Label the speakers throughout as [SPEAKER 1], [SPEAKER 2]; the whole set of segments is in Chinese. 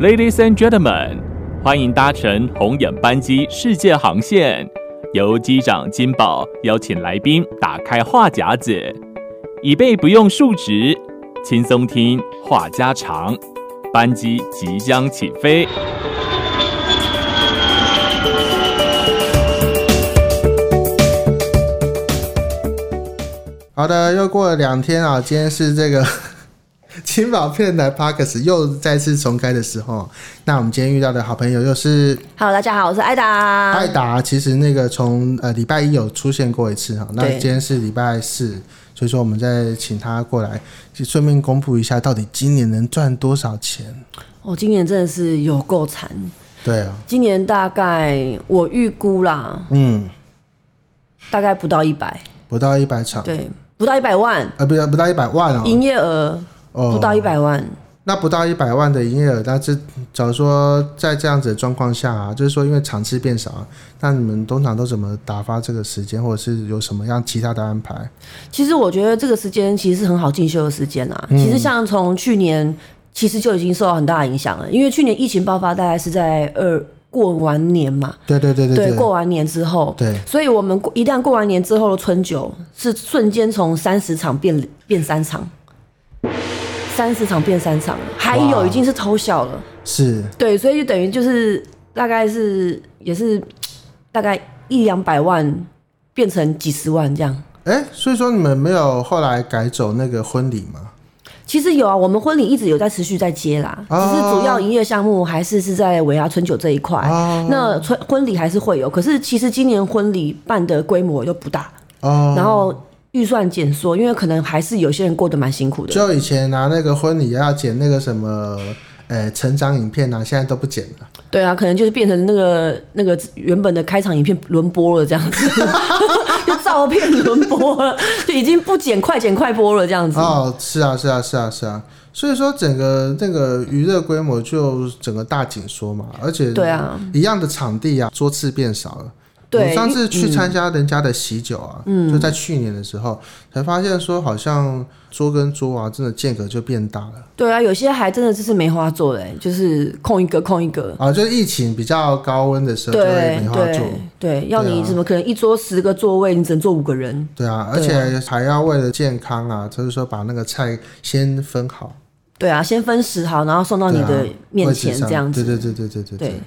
[SPEAKER 1] Ladies and gentlemen，欢迎搭乘红眼班机世界航线，由机长金宝邀请来宾打开话匣子，以备不用数值，轻松听话家常。班机即将起飞。
[SPEAKER 2] 好的，又过了两天啊，今天是这个 金宝片的 Parkes 又再次重开的时候。那我们今天遇到的好朋友又是
[SPEAKER 3] Hello，大家好，我是艾达。
[SPEAKER 2] 艾达，其实那个从呃礼拜一有出现过一次哈，那
[SPEAKER 3] 对
[SPEAKER 2] 今天是礼拜四，所以说我们再请他过来，就顺便公布一下到底今年能赚多少钱。
[SPEAKER 3] 我、哦今年真的是有够惨，
[SPEAKER 2] 对啊，
[SPEAKER 3] 今年大概我预估啦，
[SPEAKER 2] 嗯，
[SPEAKER 3] 大概不到一百，
[SPEAKER 2] 不到一百场，
[SPEAKER 3] 对，不到一百万，
[SPEAKER 2] 呃，不到不到一百万哦，
[SPEAKER 3] 营业额
[SPEAKER 2] 哦，
[SPEAKER 3] 不到一百万，
[SPEAKER 2] 那不到一百万的营业额，那这假如说在这样子的状况下啊，就是说因为场次变少啊，那你们通常都怎么打发这个时间，或者是有什么样其他的安排？
[SPEAKER 3] 其实我觉得这个时间其实是很好进修的时间
[SPEAKER 2] 嗯
[SPEAKER 3] 啊。其实像从去年，其实就已经受到很大的影响了，因为去年疫情爆发大概是在二过完年嘛，
[SPEAKER 2] 对对对对
[SPEAKER 3] 对，
[SPEAKER 2] 对，
[SPEAKER 3] 过完年之后，
[SPEAKER 2] 对
[SPEAKER 3] 所以我们过一旦过完年之后的春酒是瞬间从三十场变变三场，三十场变三场，还有
[SPEAKER 2] 哇
[SPEAKER 3] 已经是偷笑了，
[SPEAKER 2] 是
[SPEAKER 3] 对，所以就等于就是大概是也是大概一两百万变成几十万这样。
[SPEAKER 2] 哎、所以说你们没有后来改走那个婚礼吗？
[SPEAKER 3] 其实有啊，我们婚礼一直有在持续在接啦，只
[SPEAKER 2] 哦
[SPEAKER 3] 是主要营业项目还是是在维亚春酒这一块。
[SPEAKER 2] 哦
[SPEAKER 3] 那春婚礼还是会有，可是其实今年婚礼办的规模又不大，
[SPEAKER 2] 哦，
[SPEAKER 3] 然后预算减缩，因为可能还是有些人过得蛮辛苦的。
[SPEAKER 2] 就以前拿那个婚礼要剪那个什么，呃、成长影片啊，现在都不剪了。
[SPEAKER 3] 对啊，可能就是变成那个那个原本的开场影片轮播了这样子，就照片轮播了，就已经不剪快剪快播了这样子。
[SPEAKER 2] 哦，是啊，是啊，是啊，是啊。所以说，整个那个娱乐规模就整个大紧缩嘛，而且
[SPEAKER 3] 对啊，
[SPEAKER 2] 一样的场地啊，桌次变少了。
[SPEAKER 3] 对嗯
[SPEAKER 2] 我上次去参加人家的喜酒啊，就在去年的时候，才发现说好像桌跟桌啊，真的间隔就变大了
[SPEAKER 3] 对啊，有些还真的就是梅花座嘞、就是空一个空一个。
[SPEAKER 2] 啊，就是疫情比较高温的时啊候就会
[SPEAKER 3] 对
[SPEAKER 2] 没话做
[SPEAKER 3] 对。对，要
[SPEAKER 2] 对啊
[SPEAKER 3] 你怎么可能一桌十个座位，你只能坐五个人？
[SPEAKER 2] 对啊，而
[SPEAKER 3] 对啊
[SPEAKER 2] 且还要为了健康啊，就是说把那个菜先分好
[SPEAKER 3] 对啊，先分食好，然后送到你
[SPEAKER 2] 对啊
[SPEAKER 3] 的面
[SPEAKER 2] 位置
[SPEAKER 3] 前
[SPEAKER 2] 上
[SPEAKER 3] 这样子。
[SPEAKER 2] 对对对对对对
[SPEAKER 3] 对
[SPEAKER 2] 对。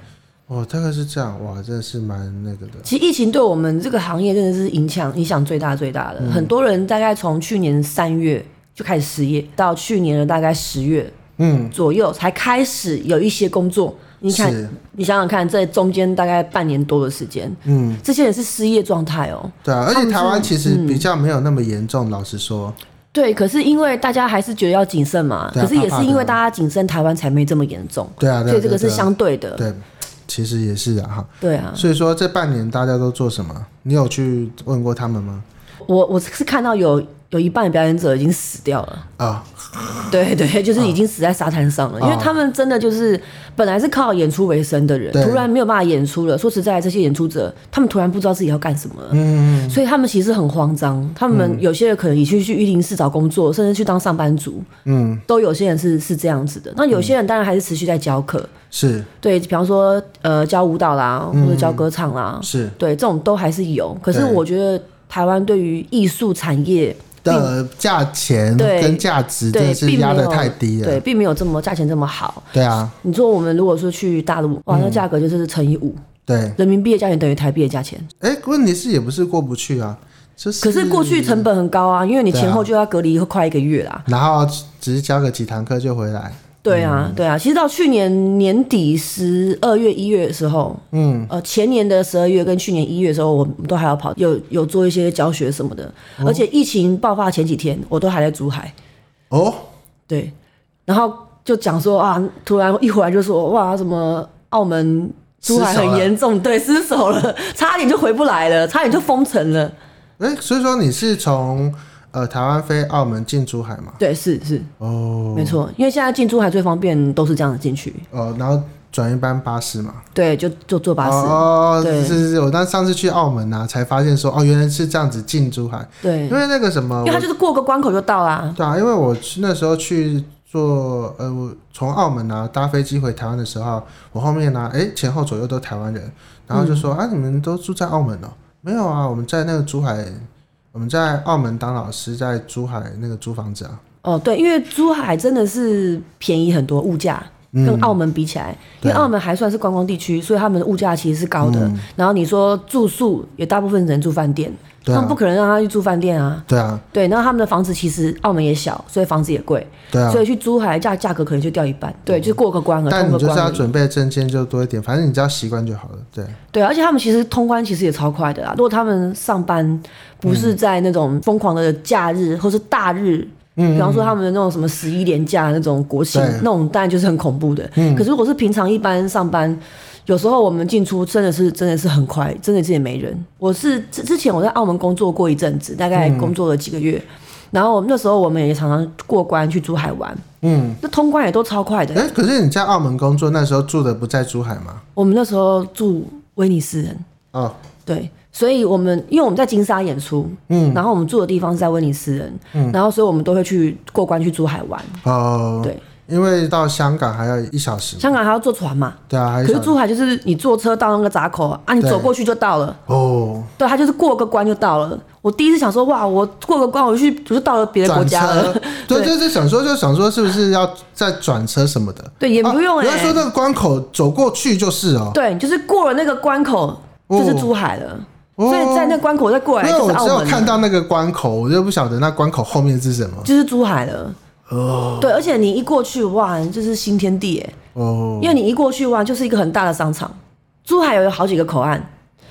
[SPEAKER 2] 哦，大概是这样，哇，真的是蛮那个的。
[SPEAKER 3] 其实疫情对我们这个行业真的是影响影响最大最大的，
[SPEAKER 2] 嗯
[SPEAKER 3] 很多人大概从去年三月就开始失业，到去年的大概十月
[SPEAKER 2] 嗯，
[SPEAKER 3] 左右才开始有一些工作。你看
[SPEAKER 2] 是，
[SPEAKER 3] 你想想看，这中间大概半年多的时间，
[SPEAKER 2] 嗯，
[SPEAKER 3] 这些人是失业状态哦。
[SPEAKER 2] 对啊，而
[SPEAKER 3] 他们嗯
[SPEAKER 2] 且
[SPEAKER 3] 是
[SPEAKER 2] 台湾其实比较没有那么严重，老实说，
[SPEAKER 3] 对，可是因为大家还是觉得要谨慎嘛，
[SPEAKER 2] 对啊
[SPEAKER 3] 可是也
[SPEAKER 2] 怕怕
[SPEAKER 3] 是因
[SPEAKER 2] 的
[SPEAKER 3] 为大家谨慎，台湾才没这么严重，
[SPEAKER 2] 对啊，对啊
[SPEAKER 3] 所以这
[SPEAKER 2] 对
[SPEAKER 3] 个是
[SPEAKER 2] 啊
[SPEAKER 3] 相对的。
[SPEAKER 2] 对，其实也是啊哈。
[SPEAKER 3] 对啊，
[SPEAKER 2] 所以说这半年大家都做什么？你有去问过他们吗？
[SPEAKER 3] 我我是看到有有一半的表演者已经死掉了，
[SPEAKER 2] 啊，
[SPEAKER 3] 对对，
[SPEAKER 2] 嗯
[SPEAKER 3] 就是已经死在沙滩上了，
[SPEAKER 2] 啊
[SPEAKER 3] 因为他们真的就是本来是靠演出为生的人，
[SPEAKER 2] 对
[SPEAKER 3] 突然没有办法演出了。说实在，这些演出者他们突然不知道自己要干什么了，嗯，所以他们其实很慌张。他
[SPEAKER 2] 嗯
[SPEAKER 3] 们有些人可能已经去玉林市找工作，甚至去当上班族，
[SPEAKER 2] 嗯，
[SPEAKER 3] 都有些人是是这样子的。那有些人当然还是持续在教课，
[SPEAKER 2] 是
[SPEAKER 3] 对，比方说呃教舞蹈啦，或者教歌唱啦，
[SPEAKER 2] 嗯是
[SPEAKER 3] 对，这种都还是有。可是
[SPEAKER 2] 对
[SPEAKER 3] 我觉得台湾对于艺术产业。
[SPEAKER 2] 的价钱
[SPEAKER 3] 对
[SPEAKER 2] 跟价值真
[SPEAKER 3] 对，
[SPEAKER 2] 的是
[SPEAKER 3] 并没
[SPEAKER 2] 压
[SPEAKER 3] 有
[SPEAKER 2] 得太低了
[SPEAKER 3] 对，，并没有这么价钱这么好。
[SPEAKER 2] 对啊，
[SPEAKER 3] 你说我们如果说去大陆，哇，那价格就是乘以五，
[SPEAKER 2] 对，
[SPEAKER 3] 人民币的价钱等于台币的价钱。
[SPEAKER 2] 哎，问题是也不是过不去啊，就是
[SPEAKER 3] 可是过去成本很高啊，因为你前后就要隔离快一个月啦。
[SPEAKER 2] 嗯然后只是教个几堂课就回来，
[SPEAKER 3] 对啊，对啊。其实到去年年底十二月、一月的时候，嗯，呃，前年的十二月跟去年一月的时候，我们都还要跑，有有做一些教学什么的。而且疫情爆发前几天，我都还在珠海。
[SPEAKER 2] 哦，
[SPEAKER 3] 对，然后就讲说啊，突然一回来就说哇，什么澳门、珠海
[SPEAKER 2] 失守了
[SPEAKER 3] 很严重，对，失手了，差点就回不来了，差点就封城了。
[SPEAKER 2] 哎，所以说你是从呃台湾飞澳门进珠海嘛？
[SPEAKER 3] 对，是是，
[SPEAKER 2] 哦
[SPEAKER 3] 没错，因为现在进珠海最方便都是这样进去，
[SPEAKER 2] 哦，然后转一班巴士嘛。
[SPEAKER 3] 对，就就坐巴士，
[SPEAKER 2] 哦，哦
[SPEAKER 3] 对
[SPEAKER 2] 是是是，我那上次去澳门啊，才发现说哦，原来是这样子进珠海，
[SPEAKER 3] 对，
[SPEAKER 2] 因
[SPEAKER 3] 嗯因
[SPEAKER 2] 为那个什么，
[SPEAKER 3] 为它
[SPEAKER 2] 我
[SPEAKER 3] 就是过个关口就到啦。
[SPEAKER 2] 对啊，因为我去那时候去坐呃，我从澳门啊搭飞机回台湾的时候，我后面呢、啊，哎，前后左右都台湾人，然后就
[SPEAKER 3] 嗯
[SPEAKER 2] 说、啊，你们都住在澳门哦？没有啊，我们在那个珠海，我们在澳门当老师，在珠海那个租房子啊。
[SPEAKER 3] 哦，对，因为珠海真的是便宜很多，物价
[SPEAKER 2] 嗯
[SPEAKER 3] 跟澳门比起来，因为澳门还算是观光地区，所以他们的物价其实是高的。
[SPEAKER 2] 嗯
[SPEAKER 3] 然后你说住宿，也大部分人住饭店，
[SPEAKER 2] 对
[SPEAKER 3] 他们
[SPEAKER 2] 啊
[SPEAKER 3] 不，可能让他去住饭店啊。
[SPEAKER 2] 对啊，
[SPEAKER 3] 对，那他们的房子其实澳门也小，所以房子也贵，
[SPEAKER 2] 对啊嗯
[SPEAKER 3] 所。以去珠海价价格可能就掉一半，对，就过个关而已
[SPEAKER 2] 但
[SPEAKER 3] 通
[SPEAKER 2] 你
[SPEAKER 3] 个
[SPEAKER 2] 就是
[SPEAKER 3] 关
[SPEAKER 2] 要
[SPEAKER 3] 而已。
[SPEAKER 2] 准备证件就多一点，反正你只要习惯就好了。对，
[SPEAKER 3] 对，而且他们其实通关其实也超快的啊。如果他们上班不是在那种疯狂的假日或是大日，比方说他们的那种什么十一连假那种国庆
[SPEAKER 2] 对，
[SPEAKER 3] 那种当然就是很恐怖的。可是如果是平常一般上班，有时候我们进出真的是真的是很快，真的是也没人。我是之之前我在澳门工作过一阵子，大概工作了几个月，然后那时候我们也常常过关去珠海玩，
[SPEAKER 2] 嗯，
[SPEAKER 3] 那通关也都超快的。
[SPEAKER 2] 哎、可是你在澳门工作那时候住的不在珠海吗？
[SPEAKER 3] 我们那时候住威尼斯人。
[SPEAKER 2] 哦，
[SPEAKER 3] 对，所以我们因为我们在金沙演出，嗯，然后我们住的地方是在威尼斯人，嗯，然后所以我们都会去过关去珠海玩。
[SPEAKER 2] 哦，
[SPEAKER 3] 对，
[SPEAKER 2] 因为到香港还要一小时，
[SPEAKER 3] 香港还要坐船嘛，
[SPEAKER 2] 对啊，还有
[SPEAKER 3] 可
[SPEAKER 2] 一
[SPEAKER 3] 是
[SPEAKER 2] 小时
[SPEAKER 3] 珠海就是你坐车到那个闸口啊，你
[SPEAKER 2] 对
[SPEAKER 3] 走过去就到了。
[SPEAKER 2] 哦，
[SPEAKER 3] 对，它就是过个关就到了。我第一次想说，哇，我过个关，我去我就到了别的国
[SPEAKER 2] 转
[SPEAKER 3] 家了，
[SPEAKER 2] 车。对，
[SPEAKER 3] 对
[SPEAKER 2] 就是想说，就想说是不是要再转车什么的？
[SPEAKER 3] 对，也
[SPEAKER 2] 啊
[SPEAKER 3] 不用哎、
[SPEAKER 2] 不要说那个关口走过去就是哦。
[SPEAKER 3] 对，你就是过了那个关口，就是珠海了。
[SPEAKER 2] 哦
[SPEAKER 3] 所以在那关口再过来
[SPEAKER 2] 因为
[SPEAKER 3] 就
[SPEAKER 2] 我
[SPEAKER 3] 是
[SPEAKER 2] 只有
[SPEAKER 3] 澳
[SPEAKER 2] 看
[SPEAKER 3] 门了，
[SPEAKER 2] 到那个关口，我就不晓得那关口后面是什么。
[SPEAKER 3] 就是珠海了。哦，对，而且你一过去，哇，就是新天地哎、
[SPEAKER 2] 哦，
[SPEAKER 3] 因为你一过去哇，就是一个很大的商场。珠海有好几个口岸，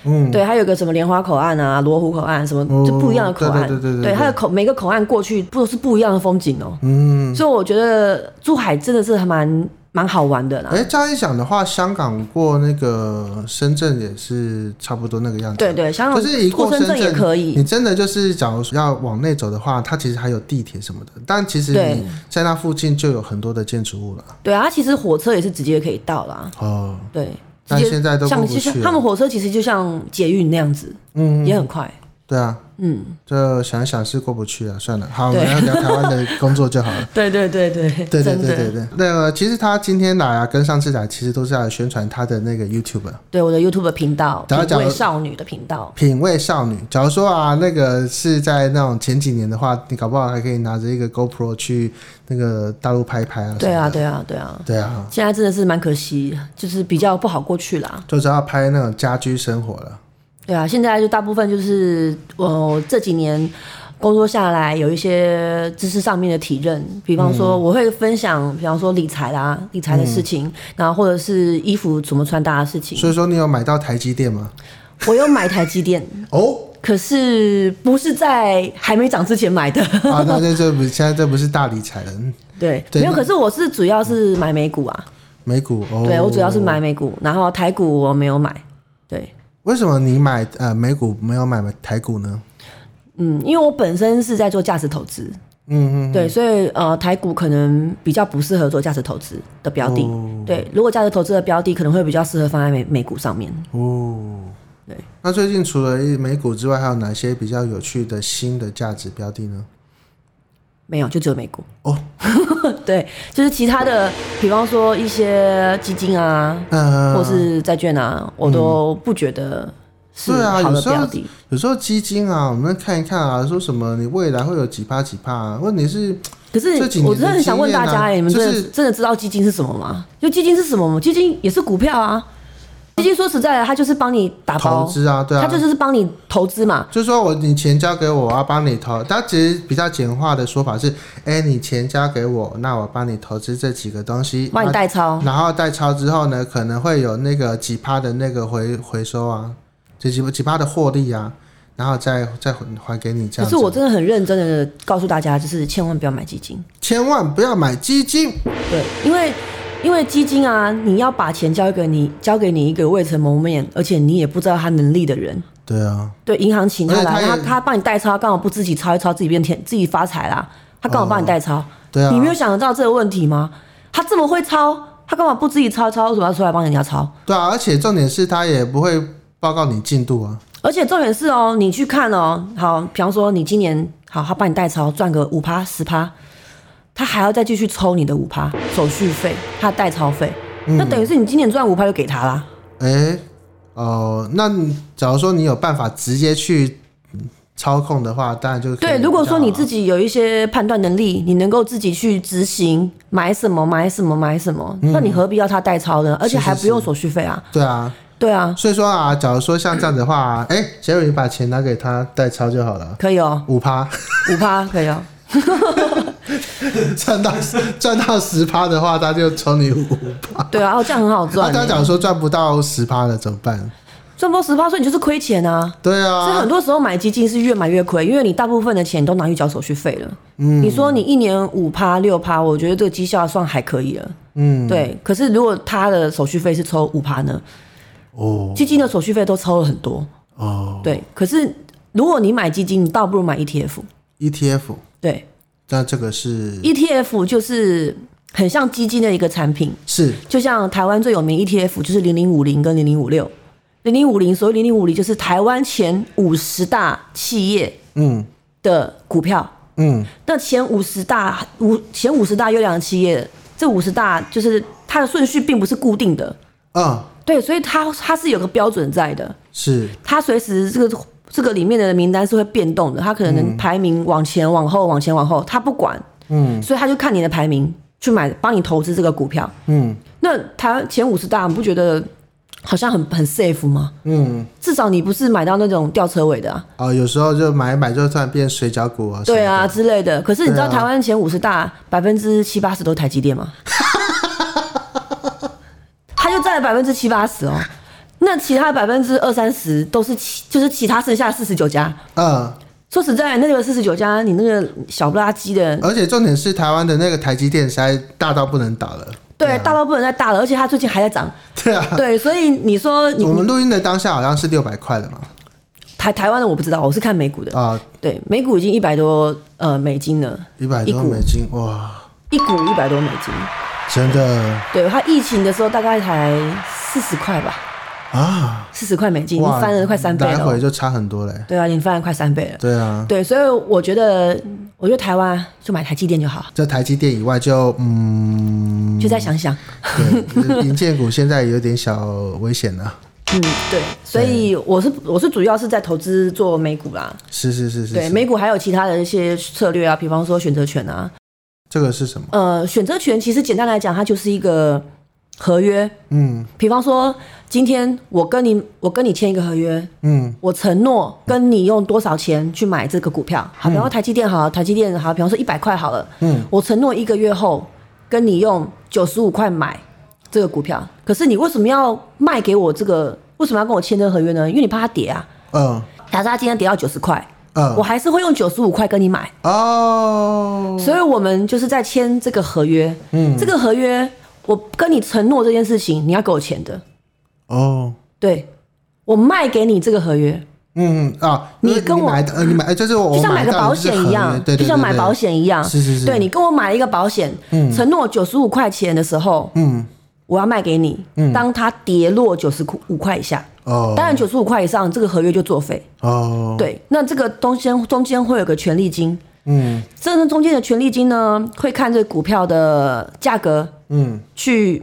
[SPEAKER 2] 嗯，
[SPEAKER 3] 对，还有个什么莲花口岸啊、罗湖口岸什么，
[SPEAKER 2] 哦
[SPEAKER 3] 就不一样的口岸。
[SPEAKER 2] 对对对对对
[SPEAKER 3] 它的口每个口岸过去不都是不一样的风景哦、
[SPEAKER 2] 嗯，
[SPEAKER 3] 所以我觉得珠海真的是还蛮蛮好玩的啦。
[SPEAKER 2] 哎，这样一想的话，香港过那个深圳也是差不多那个样子。
[SPEAKER 3] 对对，香港
[SPEAKER 2] 就是一
[SPEAKER 3] 过
[SPEAKER 2] 过
[SPEAKER 3] 深圳也可以
[SPEAKER 2] 你。真的就是，假如说要往内走的话，它其实还有地铁什么的，但其实
[SPEAKER 3] 对
[SPEAKER 2] 你在那附近就有很多的建筑物了。
[SPEAKER 3] 对啊，它其实火车也是直接可以到啦。
[SPEAKER 2] 哦，
[SPEAKER 3] 对，直
[SPEAKER 2] 但
[SPEAKER 3] 接
[SPEAKER 2] 现在都
[SPEAKER 3] 像
[SPEAKER 2] 过不
[SPEAKER 3] 就像
[SPEAKER 2] 去了
[SPEAKER 3] 他们火车其实就像捷运那样子，
[SPEAKER 2] 嗯，
[SPEAKER 3] 也很快。
[SPEAKER 2] 对啊，
[SPEAKER 3] 嗯，
[SPEAKER 2] 这想一想是过不去啊，算了，好，我们
[SPEAKER 3] 对
[SPEAKER 2] 要聊台湾的工作就好 了。
[SPEAKER 3] 对对对对，
[SPEAKER 2] 对对
[SPEAKER 3] 真的
[SPEAKER 2] 对对对，那个其实他今天来啊，跟上次来其实都是来宣传他的那个 YouTube 啊
[SPEAKER 3] 对我的 YouTube 频道，
[SPEAKER 2] 然后
[SPEAKER 3] 品
[SPEAKER 2] 讲
[SPEAKER 3] 味少女的频道。
[SPEAKER 2] 品味少女。假如说啊，那个是在那种前几年的话，你搞不好还可以拿着一个 GoPro 去那个大陆拍一拍啊。
[SPEAKER 3] 对
[SPEAKER 2] 什么
[SPEAKER 3] 啊，
[SPEAKER 2] 的，
[SPEAKER 3] 对啊，对啊。
[SPEAKER 2] 对啊，
[SPEAKER 3] 现在真的是蛮可惜，就是比较不好过去啦。
[SPEAKER 2] 就是要拍那种家居生活了。
[SPEAKER 3] 对啊，现在就大部分就是我、呃、这几年工作下来，有一些知识上面的体认，比方说
[SPEAKER 2] 嗯
[SPEAKER 3] 我会分享，比方说理财啦、理财的事情，然后或者是衣服怎么穿搭的事情。
[SPEAKER 2] 所以说，你有买到台积电吗？
[SPEAKER 3] 我有买台积电，
[SPEAKER 2] 哦，
[SPEAKER 3] 可是不是在还没涨之前买的。
[SPEAKER 2] 啊，那这这不现在这不是大理财了，嗯
[SPEAKER 3] 对，
[SPEAKER 2] 对
[SPEAKER 3] 没有。
[SPEAKER 2] 那
[SPEAKER 3] 可是我是主要是买美股啊，
[SPEAKER 2] 美股哦。
[SPEAKER 3] 对我主要是。买美股，然后台股我没有买。对，
[SPEAKER 2] 为什么你买呃美股没有买台股呢？
[SPEAKER 3] 嗯，因为我本身是在做价值投资，
[SPEAKER 2] 嗯嗯，
[SPEAKER 3] 对，所以呃，台股可能比较不适合做价值投资的标的。
[SPEAKER 2] 哦
[SPEAKER 3] 对，如果价值投资的标的，可能会比较适合放在美美股上面。
[SPEAKER 2] 哦，
[SPEAKER 3] 对。
[SPEAKER 2] 那最近除了美股之外，还有哪些比较有趣的新的价值标的呢？
[SPEAKER 3] 没有，就只有美股。
[SPEAKER 2] 哦，
[SPEAKER 3] 对，就是其他的，比方说一些基金啊，
[SPEAKER 2] 呃，
[SPEAKER 3] 或是债券啊，我都不觉得是
[SPEAKER 2] 对啊
[SPEAKER 3] 好
[SPEAKER 2] 有
[SPEAKER 3] 的
[SPEAKER 2] 时候
[SPEAKER 3] 标的。
[SPEAKER 2] 有时候基金啊，我们看一看啊，说什么你未来会有几趴几趴、啊，问题是
[SPEAKER 3] 可是
[SPEAKER 2] 这几年
[SPEAKER 3] 我真的很想问大
[SPEAKER 2] 的
[SPEAKER 3] 家、
[SPEAKER 2] 经验啊
[SPEAKER 3] 哎，你们真的、
[SPEAKER 2] 就是
[SPEAKER 3] 真的知道基金是什么吗？就基金是什么吗？基金也是股票啊。基金说实在的，它就是帮你打包
[SPEAKER 2] 投，资啊，对啊，
[SPEAKER 3] 它就是是帮你投资嘛。
[SPEAKER 2] 就说我你钱交给我，我要帮你投。它其实比较简化的说法是，哎、你钱交给我，那我帮你投资这几个东西，
[SPEAKER 3] 帮你代操，
[SPEAKER 2] 然后代抄之后呢，可能会有那个几趴的那个回回收啊，这几几趴的获利啊，然后再再还还给你这
[SPEAKER 3] 可
[SPEAKER 2] 样子。
[SPEAKER 3] 是我真的很认真的告诉大家，就是千万不要买基金，
[SPEAKER 2] 千万不要买基金，
[SPEAKER 3] 对，因为因为基金啊，你要把钱交给你交给你一个未曾谋面，而且你也不知道他能力的人，
[SPEAKER 2] 对啊，
[SPEAKER 3] 对，银行请他
[SPEAKER 2] 而
[SPEAKER 3] 来，
[SPEAKER 2] 且他
[SPEAKER 3] 他
[SPEAKER 2] 也
[SPEAKER 3] 他帮你代操，干嘛不自己抄一抄，自己变天自己发财啦？他干嘛帮你代操？
[SPEAKER 2] 对啊，
[SPEAKER 3] 你没有想得到这个问题吗？他这么会抄，他干嘛不自己抄一抄？为什么要出来帮人家抄？
[SPEAKER 2] 对啊，而且重点是他也不会报告你进度啊，
[SPEAKER 3] 而且重点是哦，你去看哦，好，比方说你今年好，他帮你代抄赚个五趴十趴，他还要再继续抽你的五趴手续费，他的代操费，
[SPEAKER 2] 嗯
[SPEAKER 3] 那等于是你今年赚五趴就给他啦。
[SPEAKER 2] 哎，哦，那你假如说你有办法直接去嗯操控的话，当然就可以
[SPEAKER 3] 对，如果说你自
[SPEAKER 2] 己
[SPEAKER 3] 己有一些判断能力，你能够自己去执行买什么买什么买什么，那你何必要他代操呢？而且
[SPEAKER 2] 嗯是是
[SPEAKER 3] 还不用手续费啊。
[SPEAKER 2] 对啊，
[SPEAKER 3] 对啊，
[SPEAKER 2] 所以说啊，假如说像这样子的 话，哎、杰瑞你把钱拿给他代抄就好了，
[SPEAKER 3] 可以哦，
[SPEAKER 2] 五趴
[SPEAKER 3] 五趴可以哦。
[SPEAKER 2] 赚到赚到十趴的话，他就抽你五趴。
[SPEAKER 3] 对啊，哦，这样很好
[SPEAKER 2] 那
[SPEAKER 3] 赚欸、
[SPEAKER 2] 他假如说赚不到十趴了怎么办？
[SPEAKER 3] 赚不到十趴，所以你就是亏钱啊。
[SPEAKER 2] 对
[SPEAKER 3] 所以
[SPEAKER 2] 啊
[SPEAKER 3] 很，多时候买基金是越买越亏，因为你大部分的钱都拿去交手续费了。
[SPEAKER 2] 嗯
[SPEAKER 3] 你说你一年五趴六趴，我觉得这个绩效算还可以了。
[SPEAKER 2] 嗯，
[SPEAKER 3] 对，可是如果他的手续费是抽五趴呢？
[SPEAKER 2] 哦
[SPEAKER 3] 基金的手续费都抽了很多。
[SPEAKER 2] 哦
[SPEAKER 3] 对，可是如果你买基金，你倒不如买 ETF。
[SPEAKER 2] ，ETF，
[SPEAKER 3] 对
[SPEAKER 2] ，E 那这个是
[SPEAKER 3] ，ETF 就是很像基金的一个产品，
[SPEAKER 2] 是
[SPEAKER 3] 就像台湾最有名 ETF 就是零零五零跟零零五六。零零五零，所谓零零五零就是台湾前五十大企业
[SPEAKER 2] 嗯
[SPEAKER 3] 的股票。
[SPEAKER 2] 嗯
[SPEAKER 3] 那前五十大五前五十大优良企业，这五十大就是它的顺序并不是固定的，
[SPEAKER 2] 啊、
[SPEAKER 3] 对，所以它它是有个标准在的，
[SPEAKER 2] 是
[SPEAKER 3] 它随时这个这个里面的名单是会变动的，它可能排名往前、往后、往前、往后，它不管，
[SPEAKER 2] 嗯
[SPEAKER 3] 所以它就看你的排名去买，帮你投资这个股票。
[SPEAKER 2] 嗯
[SPEAKER 3] 那台湾前五十大，你不觉得好像很很 safe 吗？
[SPEAKER 2] 嗯
[SPEAKER 3] 至少你不是买到那种吊车尾的、啊，
[SPEAKER 2] 哦，有时候就买一买就突然变水饺股啊，
[SPEAKER 3] 对啊，之类的。可是你知道
[SPEAKER 2] 对啊
[SPEAKER 3] 台湾前五十大百分之七八十都是台积 电吗？它就占了百分之七八十哦。那其他百分之二三十都是其就是其他剩下四十九家。
[SPEAKER 2] 嗯，
[SPEAKER 3] 说实在，那个四十九家，你那个小不拉几的，
[SPEAKER 2] 而且重点是台湾的那个台积电实在大到不能倒了，
[SPEAKER 3] 对，大到不能再大了，而且它最近还在涨，
[SPEAKER 2] 对啊，
[SPEAKER 3] 对，所以你说你
[SPEAKER 2] 我们录音的当下好像是六百块了嘛？
[SPEAKER 3] 台台湾的我不知道，我是看美股的，
[SPEAKER 2] 啊，
[SPEAKER 3] 对，美股已经一百多呃美金了，
[SPEAKER 2] 一百多
[SPEAKER 3] 一股
[SPEAKER 2] 美金，哇，
[SPEAKER 3] 一股一百多美金，
[SPEAKER 2] 真的
[SPEAKER 3] 对，它疫情的时候大概才四十块吧，
[SPEAKER 2] 啊，
[SPEAKER 3] 四十块美金，已经
[SPEAKER 2] 哇，
[SPEAKER 3] 翻了快三倍
[SPEAKER 2] 来
[SPEAKER 3] 了
[SPEAKER 2] 回
[SPEAKER 3] 哦。
[SPEAKER 2] 就差很多嘞。
[SPEAKER 3] 对啊，已经翻了快三倍了。
[SPEAKER 2] 对啊，
[SPEAKER 3] 对，所以我觉得，我觉得台湾就买台积电就好，
[SPEAKER 2] 这台积电以外就嗯，
[SPEAKER 3] 就再想想。
[SPEAKER 2] 对， 银建股现在有点小危险啊了。
[SPEAKER 3] 嗯，对，所以我是我是主要是在投资做美股啦，
[SPEAKER 2] 是是是是，
[SPEAKER 3] 对，
[SPEAKER 2] 是
[SPEAKER 3] 美股还有其他的一些策略啊，比方说选择权啊，
[SPEAKER 2] 这个是什么？
[SPEAKER 3] 呃，选择权其实简单来讲，它就是一个合约，
[SPEAKER 2] 嗯
[SPEAKER 3] 比方说今天我跟你我跟你签一个合约，
[SPEAKER 2] 嗯
[SPEAKER 3] 我承诺跟你用多少钱去买这个股票，好，比方说台积电好了，台积电好了，比方说一百块好了，
[SPEAKER 2] 嗯，
[SPEAKER 3] 我承诺一个月后跟你用九十五块买这个股票，可是你为什么要卖给我这个？为什么要跟我签这个合约呢？因为你怕它跌啊，
[SPEAKER 2] 嗯
[SPEAKER 3] 假设它今天跌到九十块，我
[SPEAKER 2] 嗯
[SPEAKER 3] 还是会用九十五块跟你买，
[SPEAKER 2] 哦，
[SPEAKER 3] 所以我们就是在签这个合约，
[SPEAKER 2] 嗯
[SPEAKER 3] 这个合约我跟你承诺这件事情，你要给我钱的，
[SPEAKER 2] 哦。
[SPEAKER 3] 对我卖给你这个合约，
[SPEAKER 2] 嗯啊，因为
[SPEAKER 3] 你跟我
[SPEAKER 2] 买的呃，你买呃就是我
[SPEAKER 3] 就像
[SPEAKER 2] 买
[SPEAKER 3] 买个
[SPEAKER 2] 到
[SPEAKER 3] 保
[SPEAKER 2] 的就是
[SPEAKER 3] 险
[SPEAKER 2] 合
[SPEAKER 3] 一
[SPEAKER 2] 约
[SPEAKER 3] 样，
[SPEAKER 2] 对对
[SPEAKER 3] 就像买保，险一样，
[SPEAKER 2] 是是嗯是
[SPEAKER 3] 对你跟我买了一个保险，承诺九十五块钱的时候，
[SPEAKER 2] 对对嗯
[SPEAKER 3] 我要卖给你，当它跌落九十五块以下，
[SPEAKER 2] 哦，
[SPEAKER 3] 当然九十五块以上这个合约就作废。
[SPEAKER 2] 哦，
[SPEAKER 3] 对，那这个中间中间会有个权利金，
[SPEAKER 2] 嗯
[SPEAKER 3] 这个中间的权利金呢，会看这个股票的价格
[SPEAKER 2] 嗯，
[SPEAKER 3] 去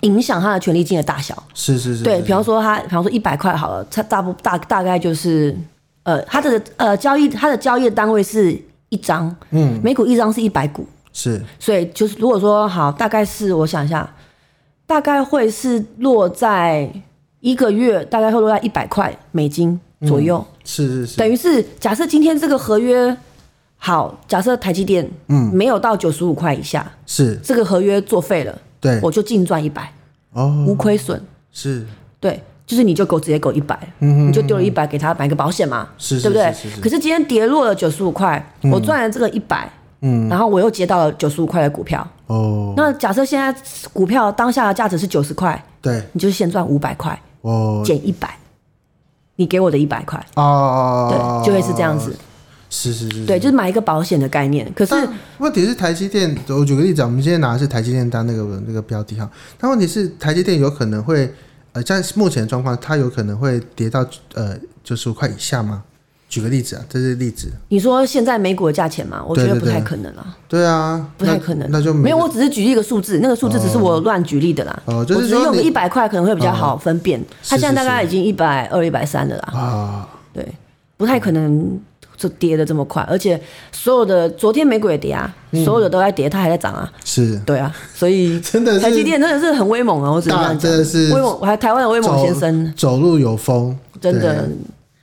[SPEAKER 3] 影响它的权利金的大小。
[SPEAKER 2] 是是是，
[SPEAKER 3] 对，
[SPEAKER 2] 是
[SPEAKER 3] 比方说它，比方说一百块好了，它大不大大概就是，呃，它的呃交易它的交易单位是一张，
[SPEAKER 2] 嗯
[SPEAKER 3] 每股一张是一百股，
[SPEAKER 2] 是
[SPEAKER 3] 所以就是如果说好，大概是我想一下，大概会是落在一个月大概会落在一百块美金左右，
[SPEAKER 2] 是是嗯是，
[SPEAKER 3] 等于是假设今天这个合约好，假设台积电
[SPEAKER 2] 嗯
[SPEAKER 3] 没有到九十五块以下，
[SPEAKER 2] 是
[SPEAKER 3] 这个合约作废了，
[SPEAKER 2] 对
[SPEAKER 3] 我就净赚一百，无
[SPEAKER 2] 哦
[SPEAKER 3] 亏损。
[SPEAKER 2] 是
[SPEAKER 3] 对，就是你就给我直接给我一百，
[SPEAKER 2] 嗯
[SPEAKER 3] 你就丢了一百给他买个保险嘛，
[SPEAKER 2] 是是
[SPEAKER 3] 对不对
[SPEAKER 2] 是是是？
[SPEAKER 3] 可是今天跌落了九十五块，我赚了这个一百，
[SPEAKER 2] 嗯
[SPEAKER 3] 然后我又接到了九十五块的股票。
[SPEAKER 2] 哦
[SPEAKER 3] 那假设现在股票当下的价值是九十块，
[SPEAKER 2] 对
[SPEAKER 3] 你就先赚五百块
[SPEAKER 2] 哦
[SPEAKER 3] 减一百，你给我的一百块，
[SPEAKER 2] 哦
[SPEAKER 3] 对，就会是这样子，。
[SPEAKER 2] 是是是，
[SPEAKER 3] 对，就是买一个保险的概念。可是
[SPEAKER 2] 但问题是台积电，我举个例子啊，我们今天拿的是台积电当那个那个标的哈，但问题是台积电有可能会，呃，像目前的状况，它有可能会跌到呃九十五块以下吗？举个例子啊，这是例子。
[SPEAKER 3] 你说现在美股的价钱嘛，我觉
[SPEAKER 2] 对
[SPEAKER 3] 得
[SPEAKER 2] 对
[SPEAKER 3] 不太
[SPEAKER 2] 对
[SPEAKER 3] 可能啦，
[SPEAKER 2] 对啊，
[SPEAKER 3] 不太可能。
[SPEAKER 2] 那那就
[SPEAKER 3] 没有，
[SPEAKER 2] 每
[SPEAKER 3] 我只是举例一个数字，那个数字只是我乱举例的啦。
[SPEAKER 2] 哦就是
[SPEAKER 3] 我只是
[SPEAKER 2] 说
[SPEAKER 3] 用个
[SPEAKER 2] 你哦
[SPEAKER 3] 一百块可能会比较好分辨。它
[SPEAKER 2] 是
[SPEAKER 3] 现在
[SPEAKER 2] 是
[SPEAKER 3] 大概已经一百二、一百三了啦，
[SPEAKER 2] 啊，
[SPEAKER 3] 对，不太可能就跌的这么快。而且所有的昨天美股也跌啊，
[SPEAKER 2] 嗯
[SPEAKER 3] 所有的都在跌，它还在涨啊，
[SPEAKER 2] 是
[SPEAKER 3] 对啊，所以
[SPEAKER 2] 真的是
[SPEAKER 3] 台积电真的是很威猛啊，我只能这
[SPEAKER 2] 大
[SPEAKER 3] 样
[SPEAKER 2] 真的
[SPEAKER 3] 讲。
[SPEAKER 2] 是
[SPEAKER 3] 威猛，还台湾的威猛
[SPEAKER 2] 走
[SPEAKER 3] 先生，
[SPEAKER 2] 走路有风，
[SPEAKER 3] 真的
[SPEAKER 2] 对，，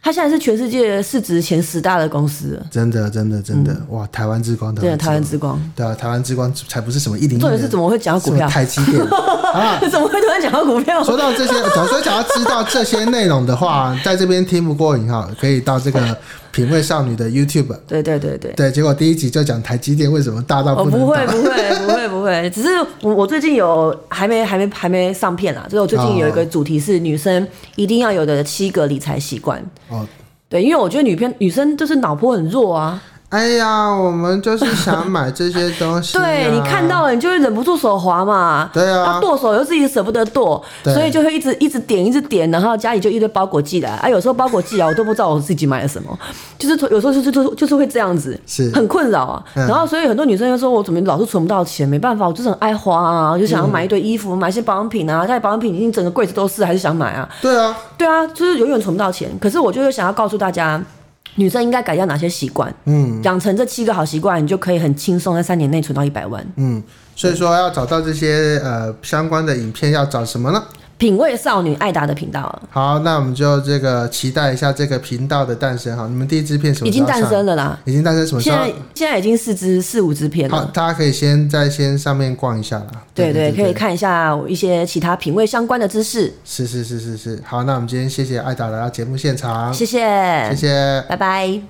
[SPEAKER 3] 他现在是全世界市值前十大的公司了，
[SPEAKER 2] 真的真的真的，哇，台湾之光，
[SPEAKER 3] 真的台湾
[SPEAKER 2] 之
[SPEAKER 3] 之光。
[SPEAKER 2] 嗯光，对啊，台湾之光才不是什么一零，
[SPEAKER 3] 重点是怎么会讲到股
[SPEAKER 2] 什么
[SPEAKER 3] 票？
[SPEAKER 2] 台积电啊。
[SPEAKER 3] 怎么会突然讲到股票？
[SPEAKER 2] 说到这 些，假如说想要知道这些内容的话，在这边听不过瘾哈，可以到这个品味少女的 YouTube。
[SPEAKER 3] 对对对对，
[SPEAKER 2] 对，结果第一集就讲台积电为什么大到
[SPEAKER 3] 我
[SPEAKER 2] 能
[SPEAKER 3] 哦不会
[SPEAKER 2] 倒
[SPEAKER 3] 不会不会不会，只是我我最近有还没还没还没上片啦，所以我最近
[SPEAKER 2] 啊
[SPEAKER 3] 有一个主题是女生一定要有的七个理财习惯。
[SPEAKER 2] 哦。
[SPEAKER 3] 对，因为我觉得女片女生就是脑波很弱啊，
[SPEAKER 2] 哎呀，我们就是想买这些东西、啊
[SPEAKER 3] 对你看到，了你就会忍不住手滑嘛。
[SPEAKER 2] 对啊
[SPEAKER 3] 要剁手又自己舍不得剁，
[SPEAKER 2] 对
[SPEAKER 3] 所以就会一直一直点一直点，然后家里就一堆包裹寄来。啊，有时候包裹寄来我都不知道我自己买了什么，就是有时候就是就是就是会这样子，
[SPEAKER 2] 是
[SPEAKER 3] 很困扰啊。
[SPEAKER 2] 嗯
[SPEAKER 3] 然后所以很多女生就说我怎么老是存不到钱，没办法，我就是很爱花啊，我就想要买一堆衣服，买一些保养品啊，家里保养品已经整个柜子都是，还是想买啊。
[SPEAKER 2] 对啊，
[SPEAKER 3] 对啊，就是永远存不到钱。可是我就是想要告诉大家，女生应该改掉哪些习惯，
[SPEAKER 2] 嗯
[SPEAKER 3] 养成这七个好习惯，你就可以很轻松在三年内存到一百万。
[SPEAKER 2] 嗯，所以说要找到这些呃相关的影片要找什么呢？
[SPEAKER 3] 品味少女艾达的频道啊
[SPEAKER 2] 好，那我们就这个期待一下这个频道的诞生哈。你们第一支片什么
[SPEAKER 3] 已
[SPEAKER 2] 时候
[SPEAKER 3] 经
[SPEAKER 2] 要上
[SPEAKER 3] 诞生，了啦，
[SPEAKER 2] 已经诞生什么时
[SPEAKER 3] 现
[SPEAKER 2] 候？
[SPEAKER 3] 在现在已经四支四五支片
[SPEAKER 2] 好，
[SPEAKER 3] 了。
[SPEAKER 2] 大家可以先在先上面逛一下啦。
[SPEAKER 3] 对对，
[SPEAKER 2] 对
[SPEAKER 3] 可以。看一下我一些其他品味相关的知识，
[SPEAKER 2] 是是是是是。好，那我们今天谢谢艾达来到节目现场，
[SPEAKER 3] 谢谢，
[SPEAKER 2] 谢谢
[SPEAKER 3] 拜拜。